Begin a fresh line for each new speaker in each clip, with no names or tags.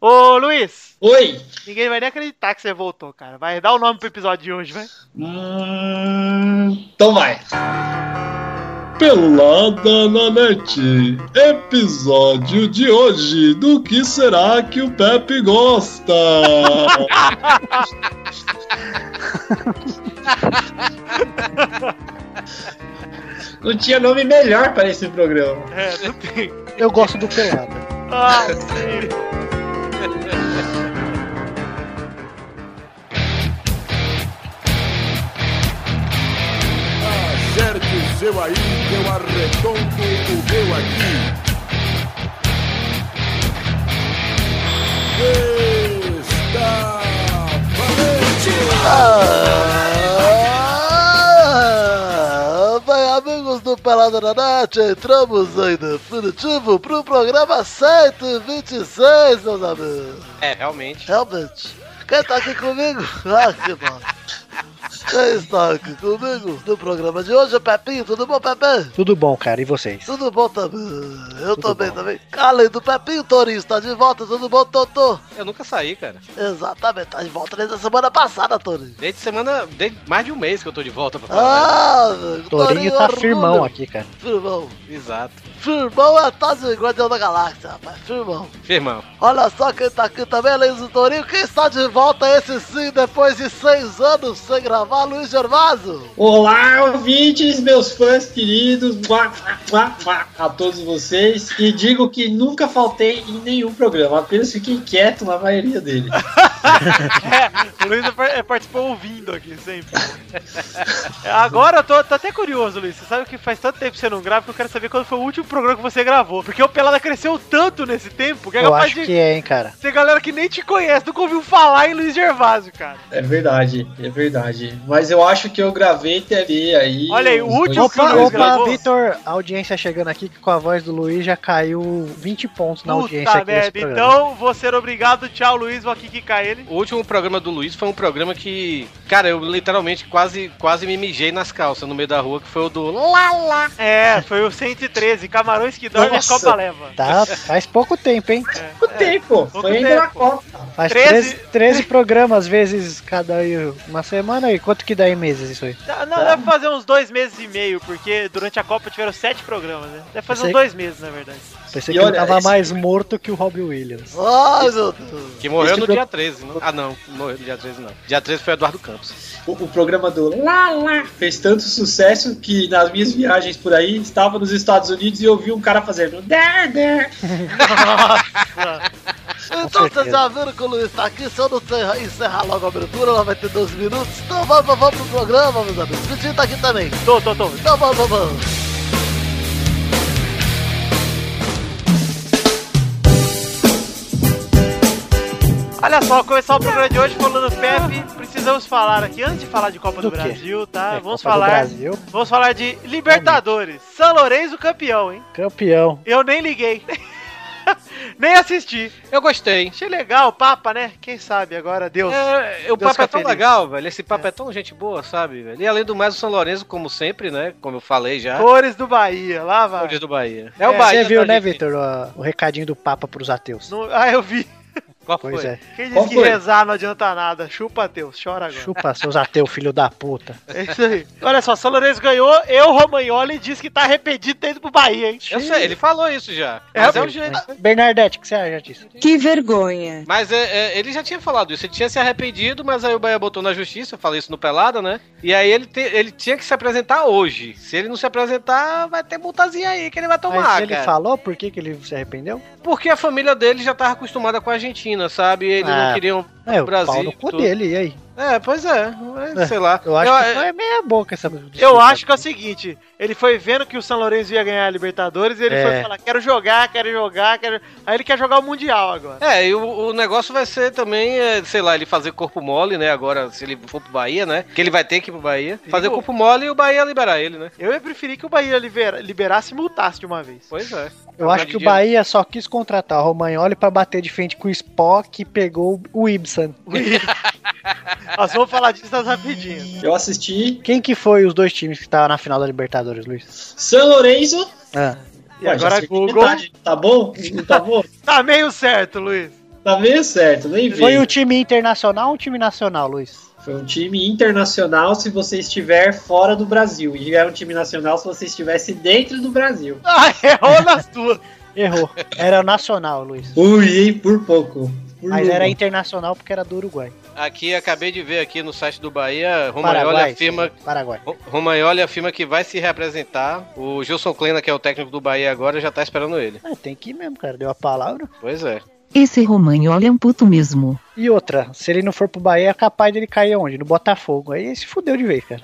Ô, Luiz,
Oi!
ninguém vai nem acreditar que você voltou, cara. Vai dar o nome pro episódio de hoje, vai.
Hum, então vai. Pelada na net, episódio de hoje, do que será que o Pepe gosta? Não tinha nome melhor para esse programa.
É, não tem.
Eu gosto do pelado.
Ah, sim.
Acerte o seu aí, que eu arredondo o meu aqui. Está valente!
Ah, bem, amigos do Pelado na Net, entramos em definitivo pro programa 126, meus amigos.
É, realmente.
Realmente. Quem tá aqui comigo? Ah, que bom. Quem está aqui comigo no programa de hoje, é Pepinho? Tudo bom, Pepe?
Tudo bom, cara, e vocês?
Tudo bom também. Eu também, também. Além do Pepinho, o Torinho está de volta. Tudo bom, Totô?
Eu nunca saí, cara.
Exatamente, tá de volta desde a semana passada, Torinho.
Desde semana. Desde mais de um mês que eu tô de volta pra falar.
Ah, velho,
Torinho tá
orgulho.
firmão aqui, cara.
Firmão.
né? Exato.
Firmão é tá de Guardião da Galáxia, rapaz. Firmão.
Firmão.
Olha só quem tá aqui também, além do Torinho. Quem está de volta é esse sim, depois de seis anos sem gravar, Luiz Gervaso.
Olá, ouvintes, meus fãs queridos, Buá, buá, buá, buá a todos vocês. E digo que nunca faltei em nenhum programa, apenas fiquei quieto na maioria dele.
É, o Luiz é par- é, participou ouvindo aqui sempre. É, Agora eu tô, tô até curioso, Luiz. Você sabe que faz tanto tempo que você não grava que eu quero saber quando foi o último programa que você gravou. Porque o Pelada cresceu tanto nesse tempo que é
Eu
capaz
acho
de.
que é, hein, cara.
Tem galera que nem te conhece, nunca ouviu falar em Luiz Gervásio, cara.
É verdade, é verdade. Mas eu acho que eu gravei TV aí.
Olha aí, o
uns
último
dois,
que o
Opa,
três
Luiz
opa,
gravou.
Vitor, a audiência chegando aqui que com a voz do Luiz já caiu 20 pontos na audiência
Puta
aqui nesse
merda.
programa.
Então, vou ser obrigado. Tchau, Luiz. Vou aqui quicar ele.
O último programa do Luiz foi um programa que. Cara, eu literalmente quase, quase me mijei nas calças no meio da rua, que foi o do Lá Lá.
É, foi o 113. Camarões que dorme a
Nossa.
Copa leva.
Tá, faz pouco tempo, hein?
Pouco tempo, foi ainda
É, tempo.
na Copa.
Faz
13.
13, 13 programas, vezes cada aí uma semana, e quanto que dá em meses isso aí?
Não, não,
tá.
deve fazer uns dois meses e meio, porque durante a Copa tiveram sete programas, né? Deve fazer
Sei.
uns dois meses, na verdade.
Pensei
E
que ele
olha,
tava
esse-
mais morto que o Robbie Williams.
Ai, meu Deus.
Que morreu
Esse
no
pro-
dia 13. não? Ah, não. Morreu no dia 13, não. Dia 13 foi Eduardo Campos.
O, o programa do Lá Lá fez tanto sucesso que nas minhas viagens por aí, estava nos Estados Unidos e eu vi um cara fazendo. Der, der.
Então vocês
certeza.
já viram que o Luiz tá aqui, se eu não encerrar- encerrar logo a abertura, ela vai ter 12 minutos. Então vamos, vamos pro programa, meus amigos. O Vitinho tá aqui também.
Tô, tô, tô.
Então vamos, vamos.
Olha só, começar o programa de hoje falando Pepe. Precisamos falar aqui, antes de falar de Copa do,
Do quê?
Brasil, tá?
É,
vamos
Copa do
falar.
Brasil,
Vamos falar de Libertadores. São Lourenço campeão, hein?
campeão.
Eu nem liguei. nem assisti.
Eu gostei, hein?
Achei legal o Papa, né? Quem sabe agora, Deus.
É, o
Deus
papo é tão
fica feliz.
legal, velho. Esse papo é. tão gente boa, sabe, velho? E além do mais, o São Lourenço, como sempre, né? Como eu falei já.
Cores do Bahia, lá vai.
Cores do Bahia. É o
É,
Bahia.
Você viu,
tá,
né,
gente?
Vitor, a- o recadinho do Papa pros ateus?
Não- ah, eu vi.
Qual
Pois
foi?
é.
Quem
Qual
disse que
foi?
rezar não adianta nada? Chupa, Deus, chora agora.
Chupa, seus ateus, filho da puta.
É isso aí. Olha só, São Lourenço ganhou, eu, Romagnoli, disse que tá arrependido ter ido pro Bahia, hein?
Eu sei, ele falou isso já.
É,
mas é o
mas-
jeito.
Bernadette, o que você acha disso?
Então
Que vergonha.
Mas é, é, ele já tinha falado isso, ele tinha se arrependido, mas aí o Bahia botou na justiça, eu falei isso no Pelada, né? E aí ele, te- ele tinha que se apresentar hoje. Se ele não se apresentar, vai ter multazinha aí que ele vai tomar,
Mas se ele
cara.
falou por que, que ele se arrependeu?
Porque a família dele já tava acostumada com a Argentina, sabe? Eles não
Ah.
queriam...
É, o
Brasil,
pau no cu
tudo.
dele, e aí?
É, pois é, mas
É,
sei lá.
Eu acho que foi meia boca essa
tá
Eu acho que é o seguinte, ele foi vendo que o São Lourenço ia ganhar a Libertadores e ele
É.
foi falar, quero jogar, quero jogar, quero... Aí ele quer jogar o Mundial agora.
É, e o, o negócio vai ser também, é, sei lá, ele fazer corpo mole, né? Agora, se ele for pro Bahia, né? Que ele vai ter que ir pro Bahia. Fazer
Sim.
corpo mole e o Bahia liberar ele, né?
Eu ia preferir que o Bahia libera- liberasse e multasse de uma vez.
Pois é.
Eu acho que o Bahia só quis contratar o Romagnoli pra bater de frente com o Spock que pegou o Ibsen.
Nós vamos falar disso nas rapidinhas.
Eu assisti
Quem que foi os dois times que estavam na final da Libertadores, Luiz?
São Lourenço.
Ah,
E
Ué, já
agora
acertei
Google.
metade, Tá bom? Não tá bom?
Tá meio certo, Luiz.
Tá meio certo, nem vi.
Foi o time internacional ou o time nacional, Luiz?
Foi um time internacional se você estiver fora do Brasil. E é um time nacional se você estivesse dentro do Brasil.
Ah, errou nas duas.
Errou. Era o nacional, Luiz.
Ui, hein, por pouco. Por
Mas era
pouco.
internacional porque era do Uruguai.
Aqui, acabei de ver aqui no site do Bahia, Romagnoli afirma,
Paraguai.
Ro- Romagnoli afirma que vai se representar. O Gilson Kleina, que é o técnico do Bahia agora, já tá esperando ele.
Ah, tem que ir mesmo, cara. Deu a palavra.
Pois é.
Esse Romagnoli é um puto mesmo.
E outra, se ele não for pro Bahia, é capaz dele cair onde? No Botafogo. Aí ele se fudeu de vez, cara.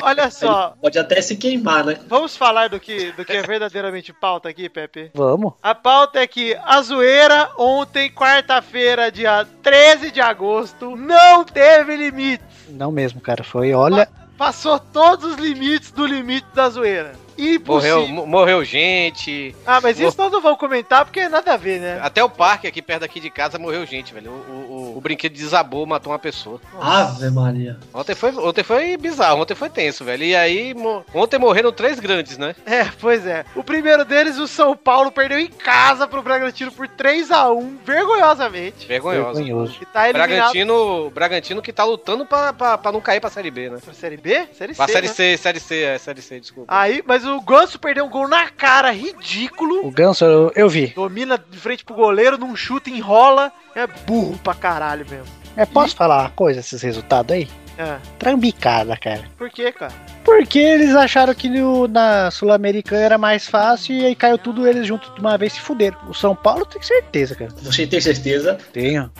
Olha só,
Pode até se queimar, né?
vamos falar do que, do que é verdadeiramente pauta aqui, Pepe?
Vamos.
A pauta é que a zoeira ontem, quarta-feira, dia 13 de agosto, não teve limite.
Não mesmo, cara. Foi, olha.
Passou todos os limites do limite da zoeira. Impossível.
Morreu, mo- morreu gente.
Ah, mas isso nós não vamos comentar porque é nada a ver, né?
Até o parque aqui perto daqui de casa morreu gente, velho. O, o- o- o brinquedo desabou, matou uma pessoa.
Ave Maria.
Ontem foi, ontem foi bizarro, ontem foi tenso, velho. E aí, mo- ontem morreram três grandes, né?
É, pois é. O primeiro deles, o São Paulo, perdeu em casa pro Bragantino por 3 a 1 vergonhosamente.
Vergonhoso.
Vergonhoso.
E tá eliminado
Bragantino, Bragantino que tá lutando pra, pra, pra não cair pra Série B, né?
pra Série B? Série
Pra
C,
Série
né?
C, Série C, é, Série C, desculpa.
Aí, mas o Ganso perdeu um gol na cara, ridículo.
O Ganso, eu, eu vi.
Domina de frente pro goleiro, num chuta, enrola. É burro pra caralho mesmo.
É, posso falar uma coisa, esses resultados aí?
É.
Trambicada, cara.
Por quê, cara?
Porque eles acharam que no- na Sul-Americana era mais fácil e aí caiu tudo eles junto de uma vez se fuderam. O São Paulo tem certeza, cara.
Você tem certeza?
Tenho.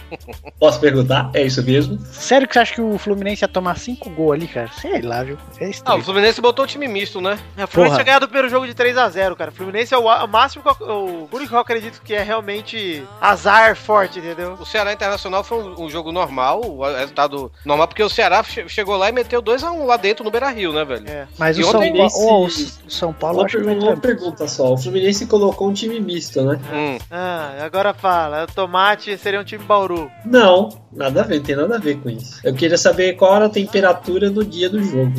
Posso perguntar? É isso mesmo?
Sério que você acha que o Fluminense ia tomar cinco gols ali, cara? Sei lá, viu? É
Ah, o
estranho.
Fluminense botou o time misto, né?
É, o Fluminense
Porra.
tinha ganhado o primeiro jogo de 3x0, cara. O Fluminense é o, a- o máximo que eu, o único que eu acredito que é realmente azar forte, entendeu?
O Ceará Internacional foi um, um jogo normal, o resultado normal, porque o Ceará che- chegou lá e meteu 2x1 lá dentro no Beira Rio, né, velho?
É.
Mas
e
o São,
ontem
Paulo,
nesse-
Ô, o S- o São Paulo
Uma,
acho que vai
pergunta, uma pergunta só. O Fluminense colocou um time misto, né?
Hum.
Ah, agora fala. O Tomate seria um time Bauru.
Não, nada a ver, tem nada a ver com isso. Eu queria saber qual era a temperatura no dia do jogo.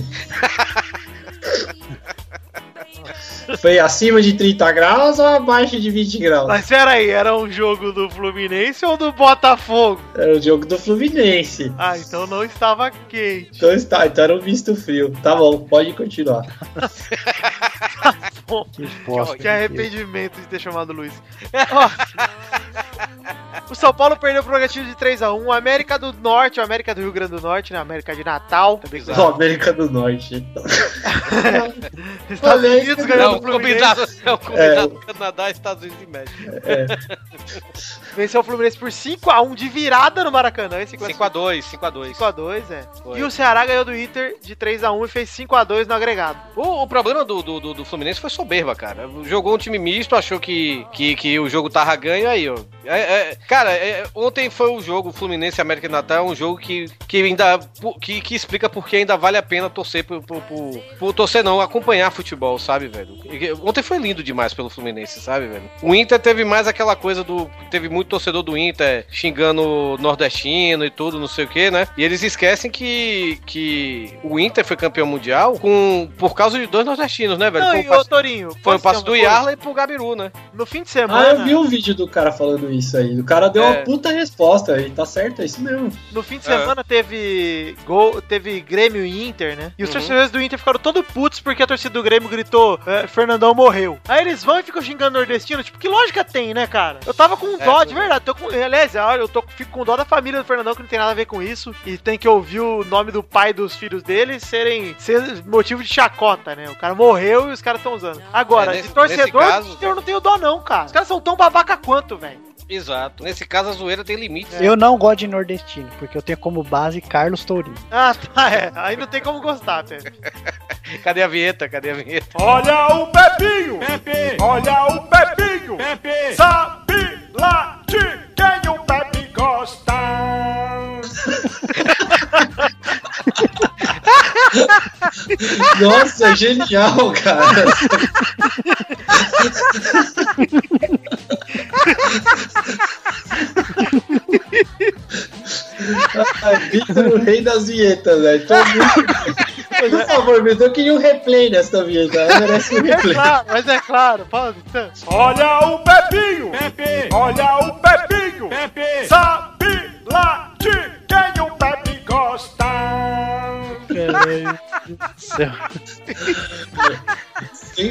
Foi acima de 30 graus ou abaixo de 20 graus?
Mas peraí, era um jogo do Fluminense ou do Botafogo?
Era o jogo do Fluminense.
Ah, então não estava quente.
Então, está, então era um misto frio. Tá bom, pode continuar.
Que bosta,
Que arrependimento de ter chamado o Luiz. Ó. o São Paulo perdeu pro Bragantino de 3x1. O América do Norte, o América do Rio Grande do Norte, né? América de Natal. Também
Exato.
América do Norte.
Estados
Olha aí,
Unidos ganhou
Não,
do
o
Fluminense.
combinado, é o combinado Canadá, Estados Unidos e México.
Venceu o Fluminense por 5x1 de virada no Maracanã. Esse
5x2, 5x2.
5x2, é.
Foi.
E o Ceará ganhou do Inter de 3x1 e fez 5x2 no agregado.
O, o problema do, do, do- do Fluminense foi soberba, cara. Jogou um time misto, achou que, que, que o jogo tava ganho, aí, ó. É, é, cara, é, ontem foi um jogo, Fluminense e América do Natal, é um jogo que, que ainda. Que, que explica porque ainda vale a pena torcer por, por, por- por torcer, não, acompanhar futebol, sabe, velho? E- Ontem foi lindo demais pelo Fluminense, sabe, velho? O Inter teve mais aquela coisa do. Teve muito torcedor do Inter xingando o nordestino e tudo, não sei o que, né? E eles esquecem que, que o Inter foi campeão mundial com, por causa de dois nordestinos, né, velho?
Não,
Foi um
e
passe-
o Torinho?
foi o
posso
passo
dizer
do
uma coisa?
Yarla e pro Gabiru, né?
No fim de
Ah,
semana,
eu vi um vídeo do cara falando isso aí. O cara deu
É.
uma puta resposta e tá certo, é isso mesmo.
no fim de
É.
semana teve gol, teve Grêmio e Inter, né? E os
Uhum.
torcedores do Inter ficaram todo putos porque a torcida do Grêmio gritou, é, Fernandão morreu. Aí eles vão e ficam xingando o nordestino, tipo, que lógica tem, né, cara? Eu tava com dó, de
pois é.
verdade, tô com, aliás, olha, eu tô, fico com dó da família do Fernandão que não tem nada a ver com isso e tem que ouvir o nome do pai dos filhos dele serem ser motivo de chacota, né? O cara morreu e os caras estão usando. Agora,
É, nesse-
de torcedor,
nesse caso-
eu não tenho dó não, cara. Os caras são tão babaca quanto, velho.
Exato. Nesse caso, a zoeira tem limites.
É.
Eu não gosto de nordestino, porque eu tenho como base Carlos Tourinho.
Ah, tá, é. Aí não tem como gostar, velho.
Cadê a vinheta? Cadê a vinheta?
Olha o Pepinho! Olha o Pepinho! Sabe lá de quem o Pepe gosta!
Nossa, é genial, cara. Ai, Vitor, o rei das vinhetas, velho. Todo mundo- Por favor, Milton, eu queria um replay dessa vida. Merece um
É
replay.
claro, mas é claro, fala então.
Olha o Pepinho! Pepe! Olha o Pepinho! Pepe! Sabe lá de quem o Pepe gosta!
Quem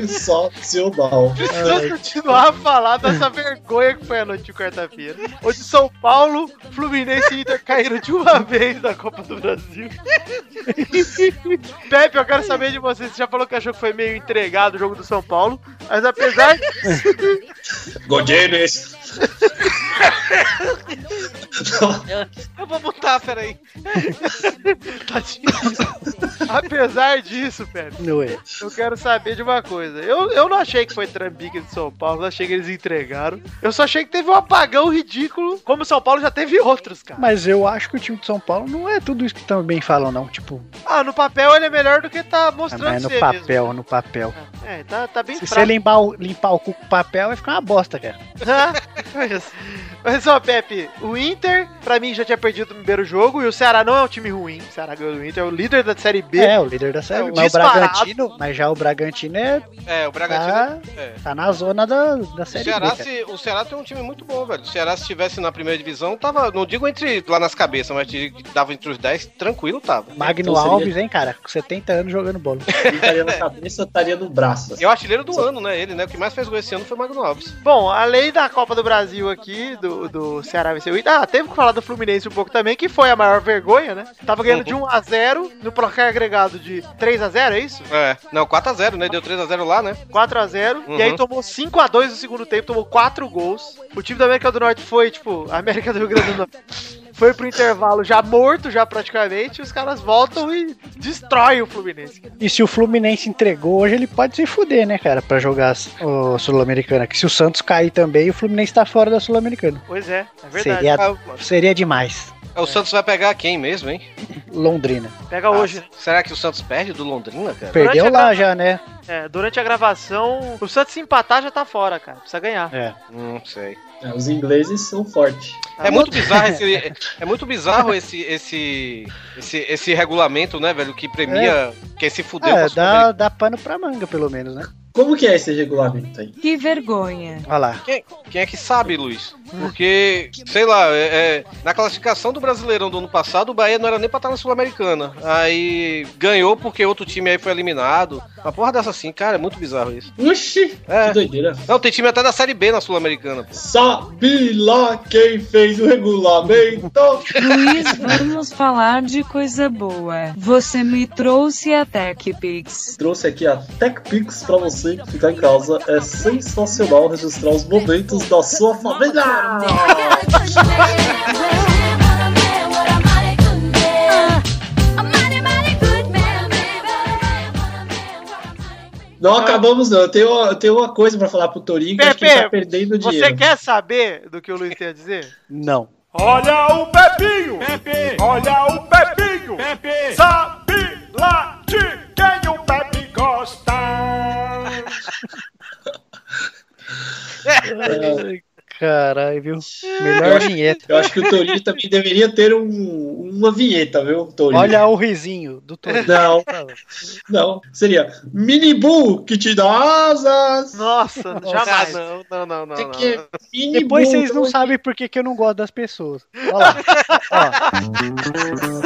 sensacional.
Precisamos continuar a falar dessa vergonha que foi a noite de quarta-feira. Onde São Paulo, Fluminense e Inter caíram de uma vez na Copa do Brasil. Pepe, eu quero saber de você. Você já falou que achou que foi meio entregado o jogo do São Paulo. Mas apesar de
Godinez.
Eu vou botar, peraí. tá difícil. Apesar disso, Pepe,
Ué.
eu quero saber de uma coisa. Eu, eu não achei que foi trambique de São Paulo, não achei que eles entregaram. Eu só achei que teve um apagão ridículo, como o São Paulo já teve outros, cara.
Mas eu acho que o time de São Paulo não é tudo isso que também falam, não. Tipo,
Ah, no papel ele é melhor do que tá
ah,
mostrando
mas no
ser
papel, no papel.
mesmo. É, tá, tá bem
Se você
fraco.
limpar o, limpar o cu com papel, vai ficar uma bosta, cara.
né? Mas- Mas ó, Pepe, o Inter, pra mim, já tinha perdido o primeiro jogo, e o Ceará não é um time ruim. O Ceará ganhou do Inter, é o líder da Série B.
É, o líder da série.
É, o
mas o
disparado.
Bragantino, mas já o Bragantino é,
É, o Bragantino.
tá,
é.
tá na zona da, da
O
série B.
Ceará,
cara.
se- o Ceará tem um time muito bom, velho. Se o Ceará estivesse na primeira divisão, tava, não digo entre lá nas cabeças, mas digo que tava entre os 10, tranquilo tava.
Magno
Então seria-
Alves, hein, cara, com 70 anos jogando bola.
Estaria na cabeça, estaria no braço.
E o artilheiro do ano, né? Ele, né? O que mais fez gol esse ano foi o Magno Alves.
Bom, além da Copa do Brasil aqui, do, do Ceará vencer o Inter. Ah, teve que falar do Fluminense um pouco também, que foi a maior vergonha, né? Tava ganhando de 1x0 no placar agregado de 3x0, é isso?
É. Não, 4x0, né? Deu 3x0 lá, né?
4x0.
Uhum.
E aí tomou 5x2 no segundo tempo, tomou 4 gols. O time da América do Norte foi, tipo, a América do Rio Grande do Norte. Foi pro intervalo já morto, já praticamente, e os caras voltam e destroem o Fluminense.
E se o Fluminense entregou hoje, ele pode se fuder, né, cara, pra jogar a- o Sul-Americana. Que se o Santos cair também, o Fluminense tá fora da Sul-Americana.
Pois é, é verdade.
Seria,
Ah,
seria demais.
É, O Santos vai pegar quem mesmo, hein?
Londrina.
Pega hoje, né?
Ah, será que o Santos perde do Londrina, cara?
Perdeu
a
lá
grava-
já, né?
É, durante a gravação, o Santos se empatar já tá fora, cara. Precisa ganhar.
É.
Não sei.
É, os ingleses são fortes.
Ah,
É muito bizarro esse, é- é muito bizarro esse, esse, esse, esse regulamento, né, velho, que premia quem se fudeu com
É,
a
dá, dá pano pra manga, pelo menos, né?
Como que é esse regulamento aí?
Que vergonha.
Olha lá.
Quem é que sabe, Luiz? Porque, sei lá, é- é, na classificação do Brasileirão do ano passado, o Bahia não era nem pra estar na Sul-Americana. Aí ganhou porque outro time aí foi eliminado. Uma porra dessa assim, cara, é muito bizarro isso.
Oxi,
É.
que doideira.
Não, tem time até da Série B na Sul-Americana. pô.
Sabe lá quem fez o regulamento?
Luiz, vamos falar de coisa boa. Você me trouxe a TechPix.
Trouxe aqui a TechPix pra você que fica em casa. É sensacional registrar os momentos da sua família. Não acabamos não. Eu tenho, eu tenho uma coisa pra falar pro Torinho que, acho que ele
Pepe,
tá perdendo
Você
dinheiro.
quer saber do que o Luiz tem a dizer?
Não.
Olha o Pepinho! Pepe! Olha o Pepinho! Pepe! Sabe lá de quem o Pepe gosta!
Caralho, viu? Melhor vinheta.
É. Eu acho que o Torinho também deveria ter um- uma vinheta, viu, Torinho?
Olha o risinho do Tony.
Não, não. Seria Minibu que te dá asas.
Nossa, jamais.
Ah, não, não, não, não.
Tem
não.
que Minibu,
Depois vocês não
então,
sabem por que, que eu não gosto das pessoas. Olha lá. Ó,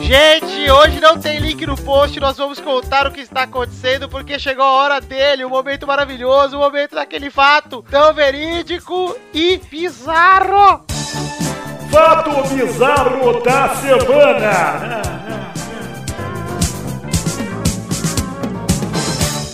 Gente, hoje não tem link no post, nós vamos contar o que está acontecendo, porque chegou a hora dele, o momento maravilhoso, o momento daquele fato tão verídico e bizarro.
Fato bizarro da semana!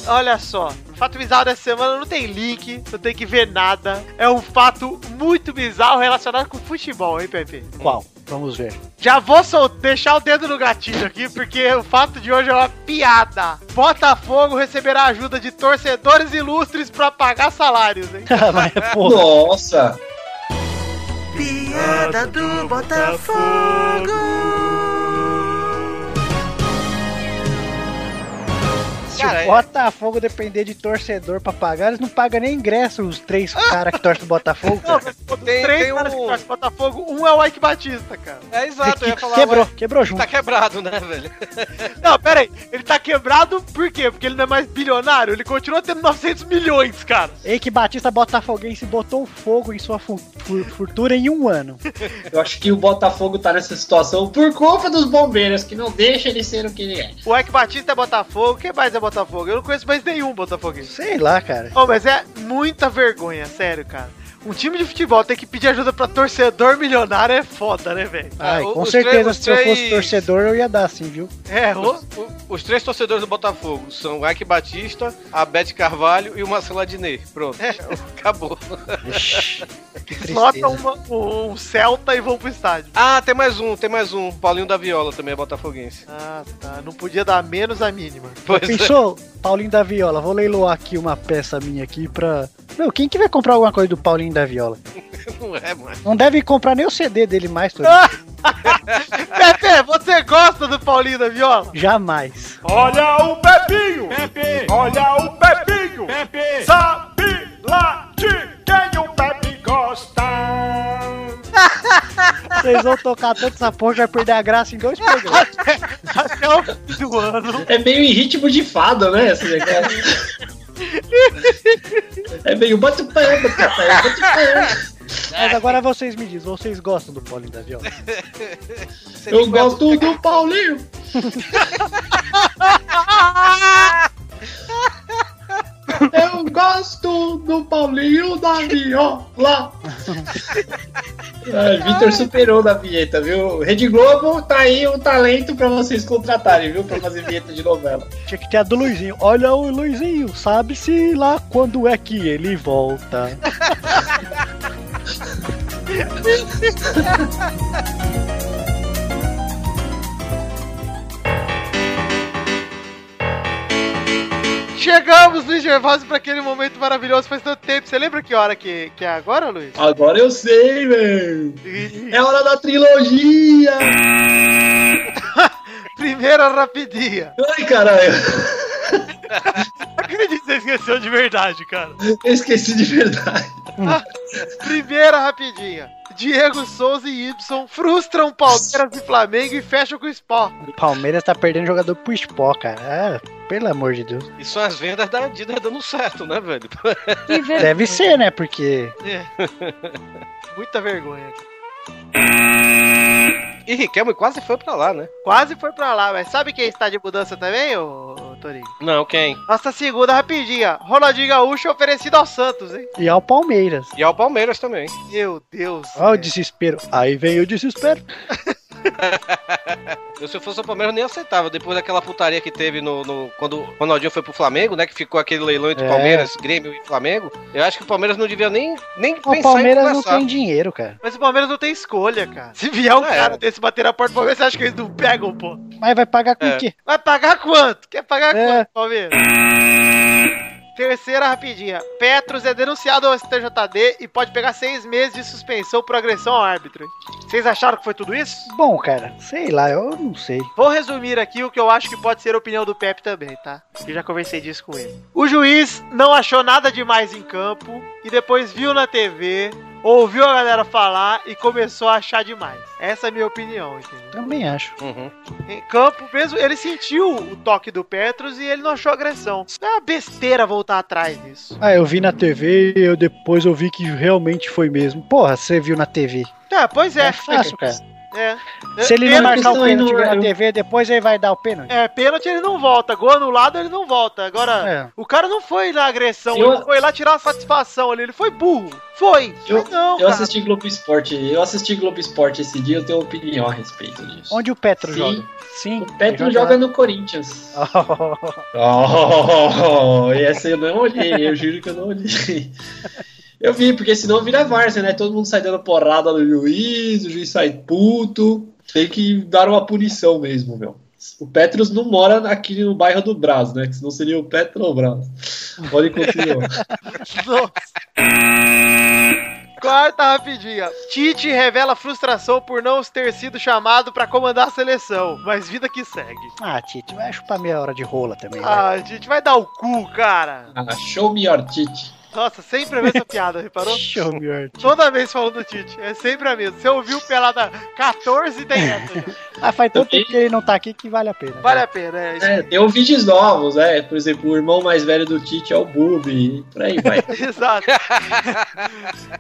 Olha só, o fato bizarro dessa semana não tem link, não tem que ver nada. É um fato muito bizarro relacionado com futebol, hein, Pepe?
qual? Vamos ver.
Já vou sol- deixar o dedo no gatilho aqui, porque o fato de hoje é uma piada. Botafogo receberá ajuda de torcedores ilustres pra pagar salários, hein?
Mas, porra,
Nossa,
Piada do Botafogo!
Se
Cara, é-
o Botafogo depender de torcedor pra pagar, eles não pagam nem ingresso os três caras que torcem do Botafogo.
Não,
cara.
mas dos
Tem-
três
tem
caras
um-
que torcem pro Botafogo, um é o Ike Batista, cara.
É exato, eu ia
Que-
falar.
quebrou,
ué,
quebrou junto.
Tá quebrado, né, velho?
Não, pera aí. Ele tá quebrado por quê? Porque ele não é mais bilionário? Ele continua tendo 900 milhões, cara.
Ei, que Batista Botafoguense botou fogo em sua fu- fu- fortuna em um ano.
Eu acho que o Botafogo tá nessa situação por culpa dos bombeiros, que não deixa ele ser o que ele é.
O Ike Batista é Botafogo. Quem mais é Botafogo? Eu não conheço mais nenhum Botafoguense.
Sei lá, cara.
Oh, mas é muita vergonha, sério, cara. Um time de futebol tem que pedir ajuda pra torcedor milionário é foda, né, velho?
Ai,
Ah, o-
com
os
certeza,
três- os
se eu fosse
três-
torcedor, eu ia dar sim, viu?
É, ô,
Os, o- os três torcedores do Botafogo são o Ike Batista, a Beth Carvalho e o Marcelo Adnet. Pronto,
É.
acabou.
Ixi, que
nota
tristeza.
uma, um Celta e vão pro estádio.
Ah, tem mais um, tem mais um. Paulinho da Viola também é botafoguense.
Ah, tá. Não podia dar menos a mínima.
Pois é.
Pensou? Paulinho da Viola, vou leiloar aqui uma peça minha aqui pra... Meu, quem que vai comprar alguma coisa do Paulinho da Viola?
Não é, mano.
Não deve comprar nem o CD dele mais, Torinho.
Ah!
Pepe, você gosta do Paulinho da Viola?
Jamais.
Olha o Pepinho! Pepe! Olha o Pepinho! Pepe! Sabe lá de quem o Pepe gosta!
Vocês vão tocar tanto essa porra, já perder a graça em dois programas.
Até o fim do ano.
É meio em ritmo de fada, né? Esse negócio. é meio bate o pé, bate o pé, bate o pé.
Mas agora vocês me dizem, vocês gostam do Paulinho da Viola?
Eu gosto do Paulinho. Eu gosto do Paulinho da viola. Ai, É, Vitor superou na vinheta, viu? Rede Globo tá aí um talento pra vocês contratarem, viu? Pra fazer vinheta de novela.
Tinha que ter a do Luizinho. Olha o Luizinho, sabe-se lá quando é que ele volta.
Chegamos, Luiz Gervásio, pra aquele momento maravilhoso faz tanto tempo. Você lembra que hora que, que é agora, Luiz?
Agora eu sei, velho.
E-
É hora da trilogia.
Primeira rapidinha.
Ai, caralho.
Não acredito que você esqueceu de verdade, cara.
Eu esqueci de verdade.
Primeira rapidinha. Diego Souza e Y frustram Palmeiras e Flamengo e fecham com o Sport.
O Palmeiras tá perdendo jogador pro Spó, cara. Ah, pelo amor de Deus.
E são as vendas da Adidas dando certo, né, velho?
Que vergonha.
Deve ser, né? Porque.
Muita vergonha. cara.
E Riquelme quase foi pra lá, né?
Quase foi pra lá, mas sabe quem está de mudança também, ô, ô Torinho?
Não, quem?
Nossa segunda rapidinha. Ronaldinho Gaúcho é oferecido ao Santos, hein?
E ao Palmeiras.
E ao Palmeiras também.
Meu Deus.
Olha o
velho.
desespero. Aí vem o desespero.
Eu, se eu fosse o Palmeiras, nem aceitava. Depois daquela putaria que teve no, no- quando o Ronaldinho foi pro Flamengo, né? Que ficou aquele leilão entre
É.
Palmeiras, Grêmio e Flamengo. Eu acho que o Palmeiras não devia nem, nem
O
pensar em
Palmeiras não
conversar.
tem dinheiro, cara.
Mas o Palmeiras não tem escolha, cara. Se vier um
É.
cara desse bater na porta do Palmeiras, você acha que eles não pegam, pô?
Mas vai pagar com
É.
o quê?
Vai pagar quanto? Quer pagar
É.
quanto, Palmeiras? Terceira rapidinha. Petros é denunciado ao STJD e pode pegar seis meses de suspensão por agressão ao árbitro. Vocês acharam que foi tudo isso?
Bom, cara, sei lá, eu não sei.
Vou resumir aqui o que eu acho que pode ser a opinião do Pepe também, tá? Eu já conversei disso com ele. O juiz não achou nada demais em campo e depois viu na TV, ouviu a galera falar e começou a achar demais. Essa é a minha opinião, entendeu?
Também acho.
Uhum.
Em campo mesmo, ele sentiu o toque do Petros e ele não achou agressão. Isso é uma besteira voltar atrás disso.
Ah, eu vi na TV e eu depois eu vi que realmente foi mesmo. Porra, você viu na TV.
É, pois é.
É fácil, cara.
É.
Se ele
Pênalti-
não marcar o
estão indo
pênalti
no-
na TV, depois ele vai dar o pênalti.
É, pênalti ele não volta. Gol anulado ele não volta. Agora,
É.
o cara não foi na agressão,
Eu-
ele foi lá tirar a satisfação ali. Ele foi burro. Foi.
Eu-
Mas não,
Eu
cara.
assisti Globo Esporte. Eu assisti Globo Esporte esse dia, eu tenho opinião a respeito disso.
Onde o Petro
Sim.
joga? Sim.
O Petro joga no Corinthians.
lá.
Oh, essa eu não olhei, eu juro que eu não olhei. Eu vi, porque senão vira várzea, né? Todo mundo sai dando porrada no juiz, o juiz sai puto. Tem que dar uma punição mesmo, meu. O Petros não mora aqui no bairro do Brás, né? Que senão seria o Petrobras. Pode continuar.
Nossa. Quarta rapidinha. Tite revela frustração por não ter sido chamado pra comandar a seleção, mas vida que segue.
Ah, Tite, vai chupar meia hora de rola também. vai.
Ah, Tite, vai dar o cu, cara.
Ah, show me your teeth.
Nossa, sempre a mesma piada, reparou?
Show me your Tite.
Toda vez falando do Tite, é sempre a mesma. Você ouviu pelada 14 tem essa. gente.
Ah, faz tanto tempo que ele não tá aqui que vale a pena.
Vale a pena, é isso.
É, tem vídeos novos, né? Por exemplo, o irmão mais velho do Tite é o Bubi. Por aí vai.
Exato.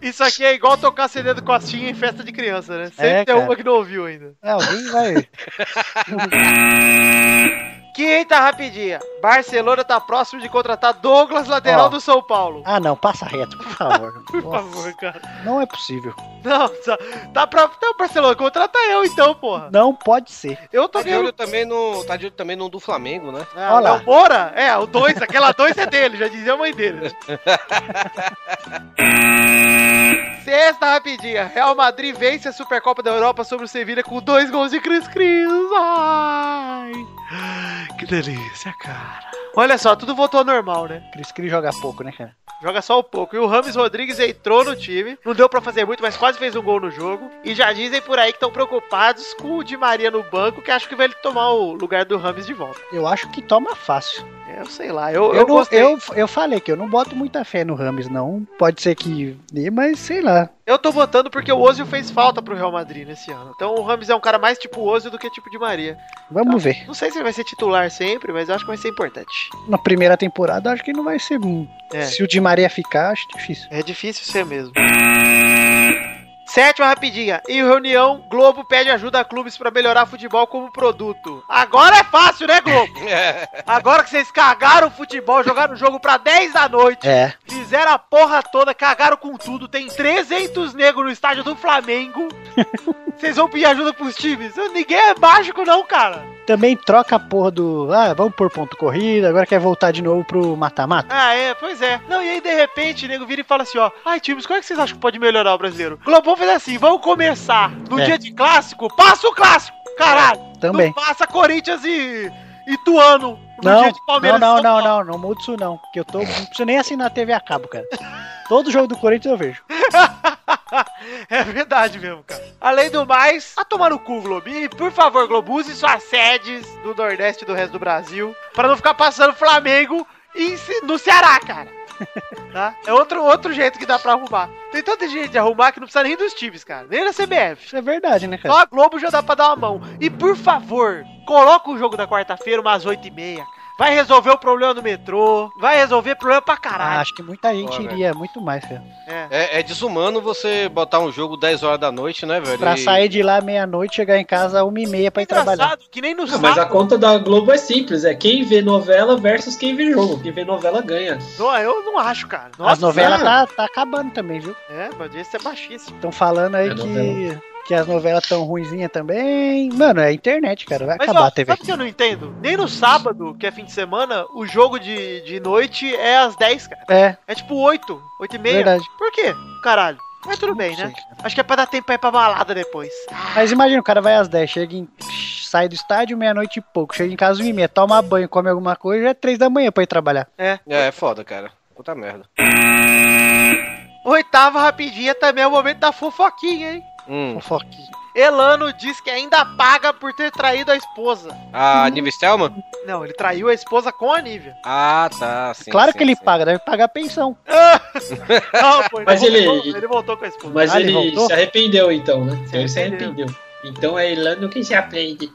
Isso aqui é igual tocar CD do Costinha em festa de criança, né? Sempre
É,
tem
cara.
uma que não ouviu ainda.
É, alguém vai.
Quinta rapidinha. Barcelona tá próximo de contratar Douglas, lateral
Ó.
do São Paulo.
Ah, não, passa reto, por favor.
Por
Nossa,
favor, cara.
Não é possível.
Não, só- tá pra. Então, Barcelona, contrata eu então, porra.
Não pode ser.
Eu tô
Tá de
ganhando.
olho também no, tá de olho também no do Flamengo, né?
Ah,
Olha lá.
Léo Moura? É, o 2, aquela 2 é dele, já dizia a mãe dele. Sexta rapidinha. Real Madrid vence a Supercopa da Europa sobre o Sevilha com dois gols de Cris Cris. Ai. Que delícia, cara. Olha só, tudo voltou ao normal, né?
Cris Cris joga pouco, né, cara?
Joga só um pouco. E o Rames Rodrigues entrou no time. Não deu pra fazer muito, mas quase fez um gol no jogo. E já dizem por aí que estão preocupados com o Di Maria no banco, que acho que vai ele tomar o lugar do Rames de volta.
Eu acho que toma fácil.
Eu sei lá, eu, eu,
Eu, não-
gostei. Eu...
eu, eu falei que eu não boto muita fé no Rames, não. Pode ser que. dê, Mas sei lá.
tô botando porque o Ozil fez falta pro Real Madrid nesse ano. Então o Rames é um cara mais tipo Ozil do que tipo Di Maria.
Vamos ver.
Não sei se ele vai ser titular sempre, mas eu acho que vai ser importante.
Na primeira temporada, acho que não vai ser. um.
É.
Se o Di Maria ficar, acho difícil.
É difícil ser mesmo. Sétima rapidinha. Em reunião, Globo pede ajuda a clubes pra melhorar futebol como produto. Agora é fácil, né, Globo?
É,
Agora que vocês cagaram o futebol, jogaram o jogo pra 10 da noite,
É.
fizeram a porra toda, cagaram com tudo, tem 300 negros no estádio do Flamengo. Vocês vão pedir ajuda pros times? Ninguém é mágico não, cara.
Também troca a porra do. Ah, vamos por ponto corrida, agora quer voltar de novo pro mata-mata.
Ah, é, pois é. Não, e aí de repente o nego vira e fala assim, ó. Ai, times, como é que vocês acham que pode melhorar o brasileiro? Globão fez assim, vamos começar. No
É.
dia de clássico, passa o clássico, caralho.
Também.
Não passa Corinthians e Ituano no
Não,
dia de
não,
Palmeiras. e
não,
São
não,
Paulo.
não, não muda isso não. Que eu tô. Não preciso nem assinar a TV a cabo, cara. Todo jogo do Corinthians eu vejo.
é verdade mesmo, cara. Além do mais, a tomar no cu, Globo. E, por favor, Globo, use suas sedes do Nordeste e do resto do Brasil pra não ficar passando Flamengo em Ce- no Ceará, cara. Tá? É outro, outro jeito que dá pra arrumar. Tem tanta gente de arrumar que não precisa nem dos times, cara. Nem da CBF.
Isso é verdade, né,
Só
cara?
a Globo já dá pra dar uma mão. E, por favor, coloca o jogo da quarta-feira umas 8h30. cara. Vai resolver o problema do metrô. Vai resolver problema pra
Ah,
caralho.
acho que muita gente
Boa,
iria muito mais, cara.
É.
É, é desumano você botar um jogo 10 horas da noite, né, velho?
Pra
E-
sair de lá meia-noite, chegar em casa uma e meia pra ir trabalhar.
Engraçado que nem no
Ah, mas a
sábado.
conta da Globo é simples, é quem vê novela versus quem vê jogo. Quem vê novela ganha.
Não, eu não acho, cara.
As novelas
cara.
tá, tá acabando também, viu?
É, mas esse é baixíssimo.
Estão falando aí
É novela.
que, que as novelas tão ruinzinhas também. Mano, é internet, cara. Vai
Mas
acabar
ó,
a TV.
sabe o que eu não entendo? Nem no sábado, que é fim de semana, o jogo de, de noite é às 10, cara.
É,
É tipo 8, 8 e meia.
verdade.
Por quê? Caralho. Mas tudo bem,
Não
né?
sei.
Acho que é pra dar tempo pra ir pra balada depois.
Mas imagina, o cara vai às 10, chega em- sai do estádio meia-noite e pouco, chega em casa 1 e meia, toma banho, come alguma coisa, já é 3 da manhã pra ir trabalhar.
É, é foda, cara. Puta merda.
Oitava rapidinha também é o momento da fofoquinha, hein?
Hum.
Fofoquinha.
Elano diz que ainda paga por ter traído a esposa.
A Nive Ah, Stelman?
Não, ele traiu a esposa com a Nívia.
Ah, tá. Sim,
claro
sim,
que ele
sim.
paga, deve pagar pensão.
Não, pô,
Mas ele-
voltou, ele voltou com a esposa.
Mas
Ah, ele
ele,
voltou?
se arrependeu então, né?
Se
ele se
arrependeu.
arrependeu. Então é Elano que se aprende.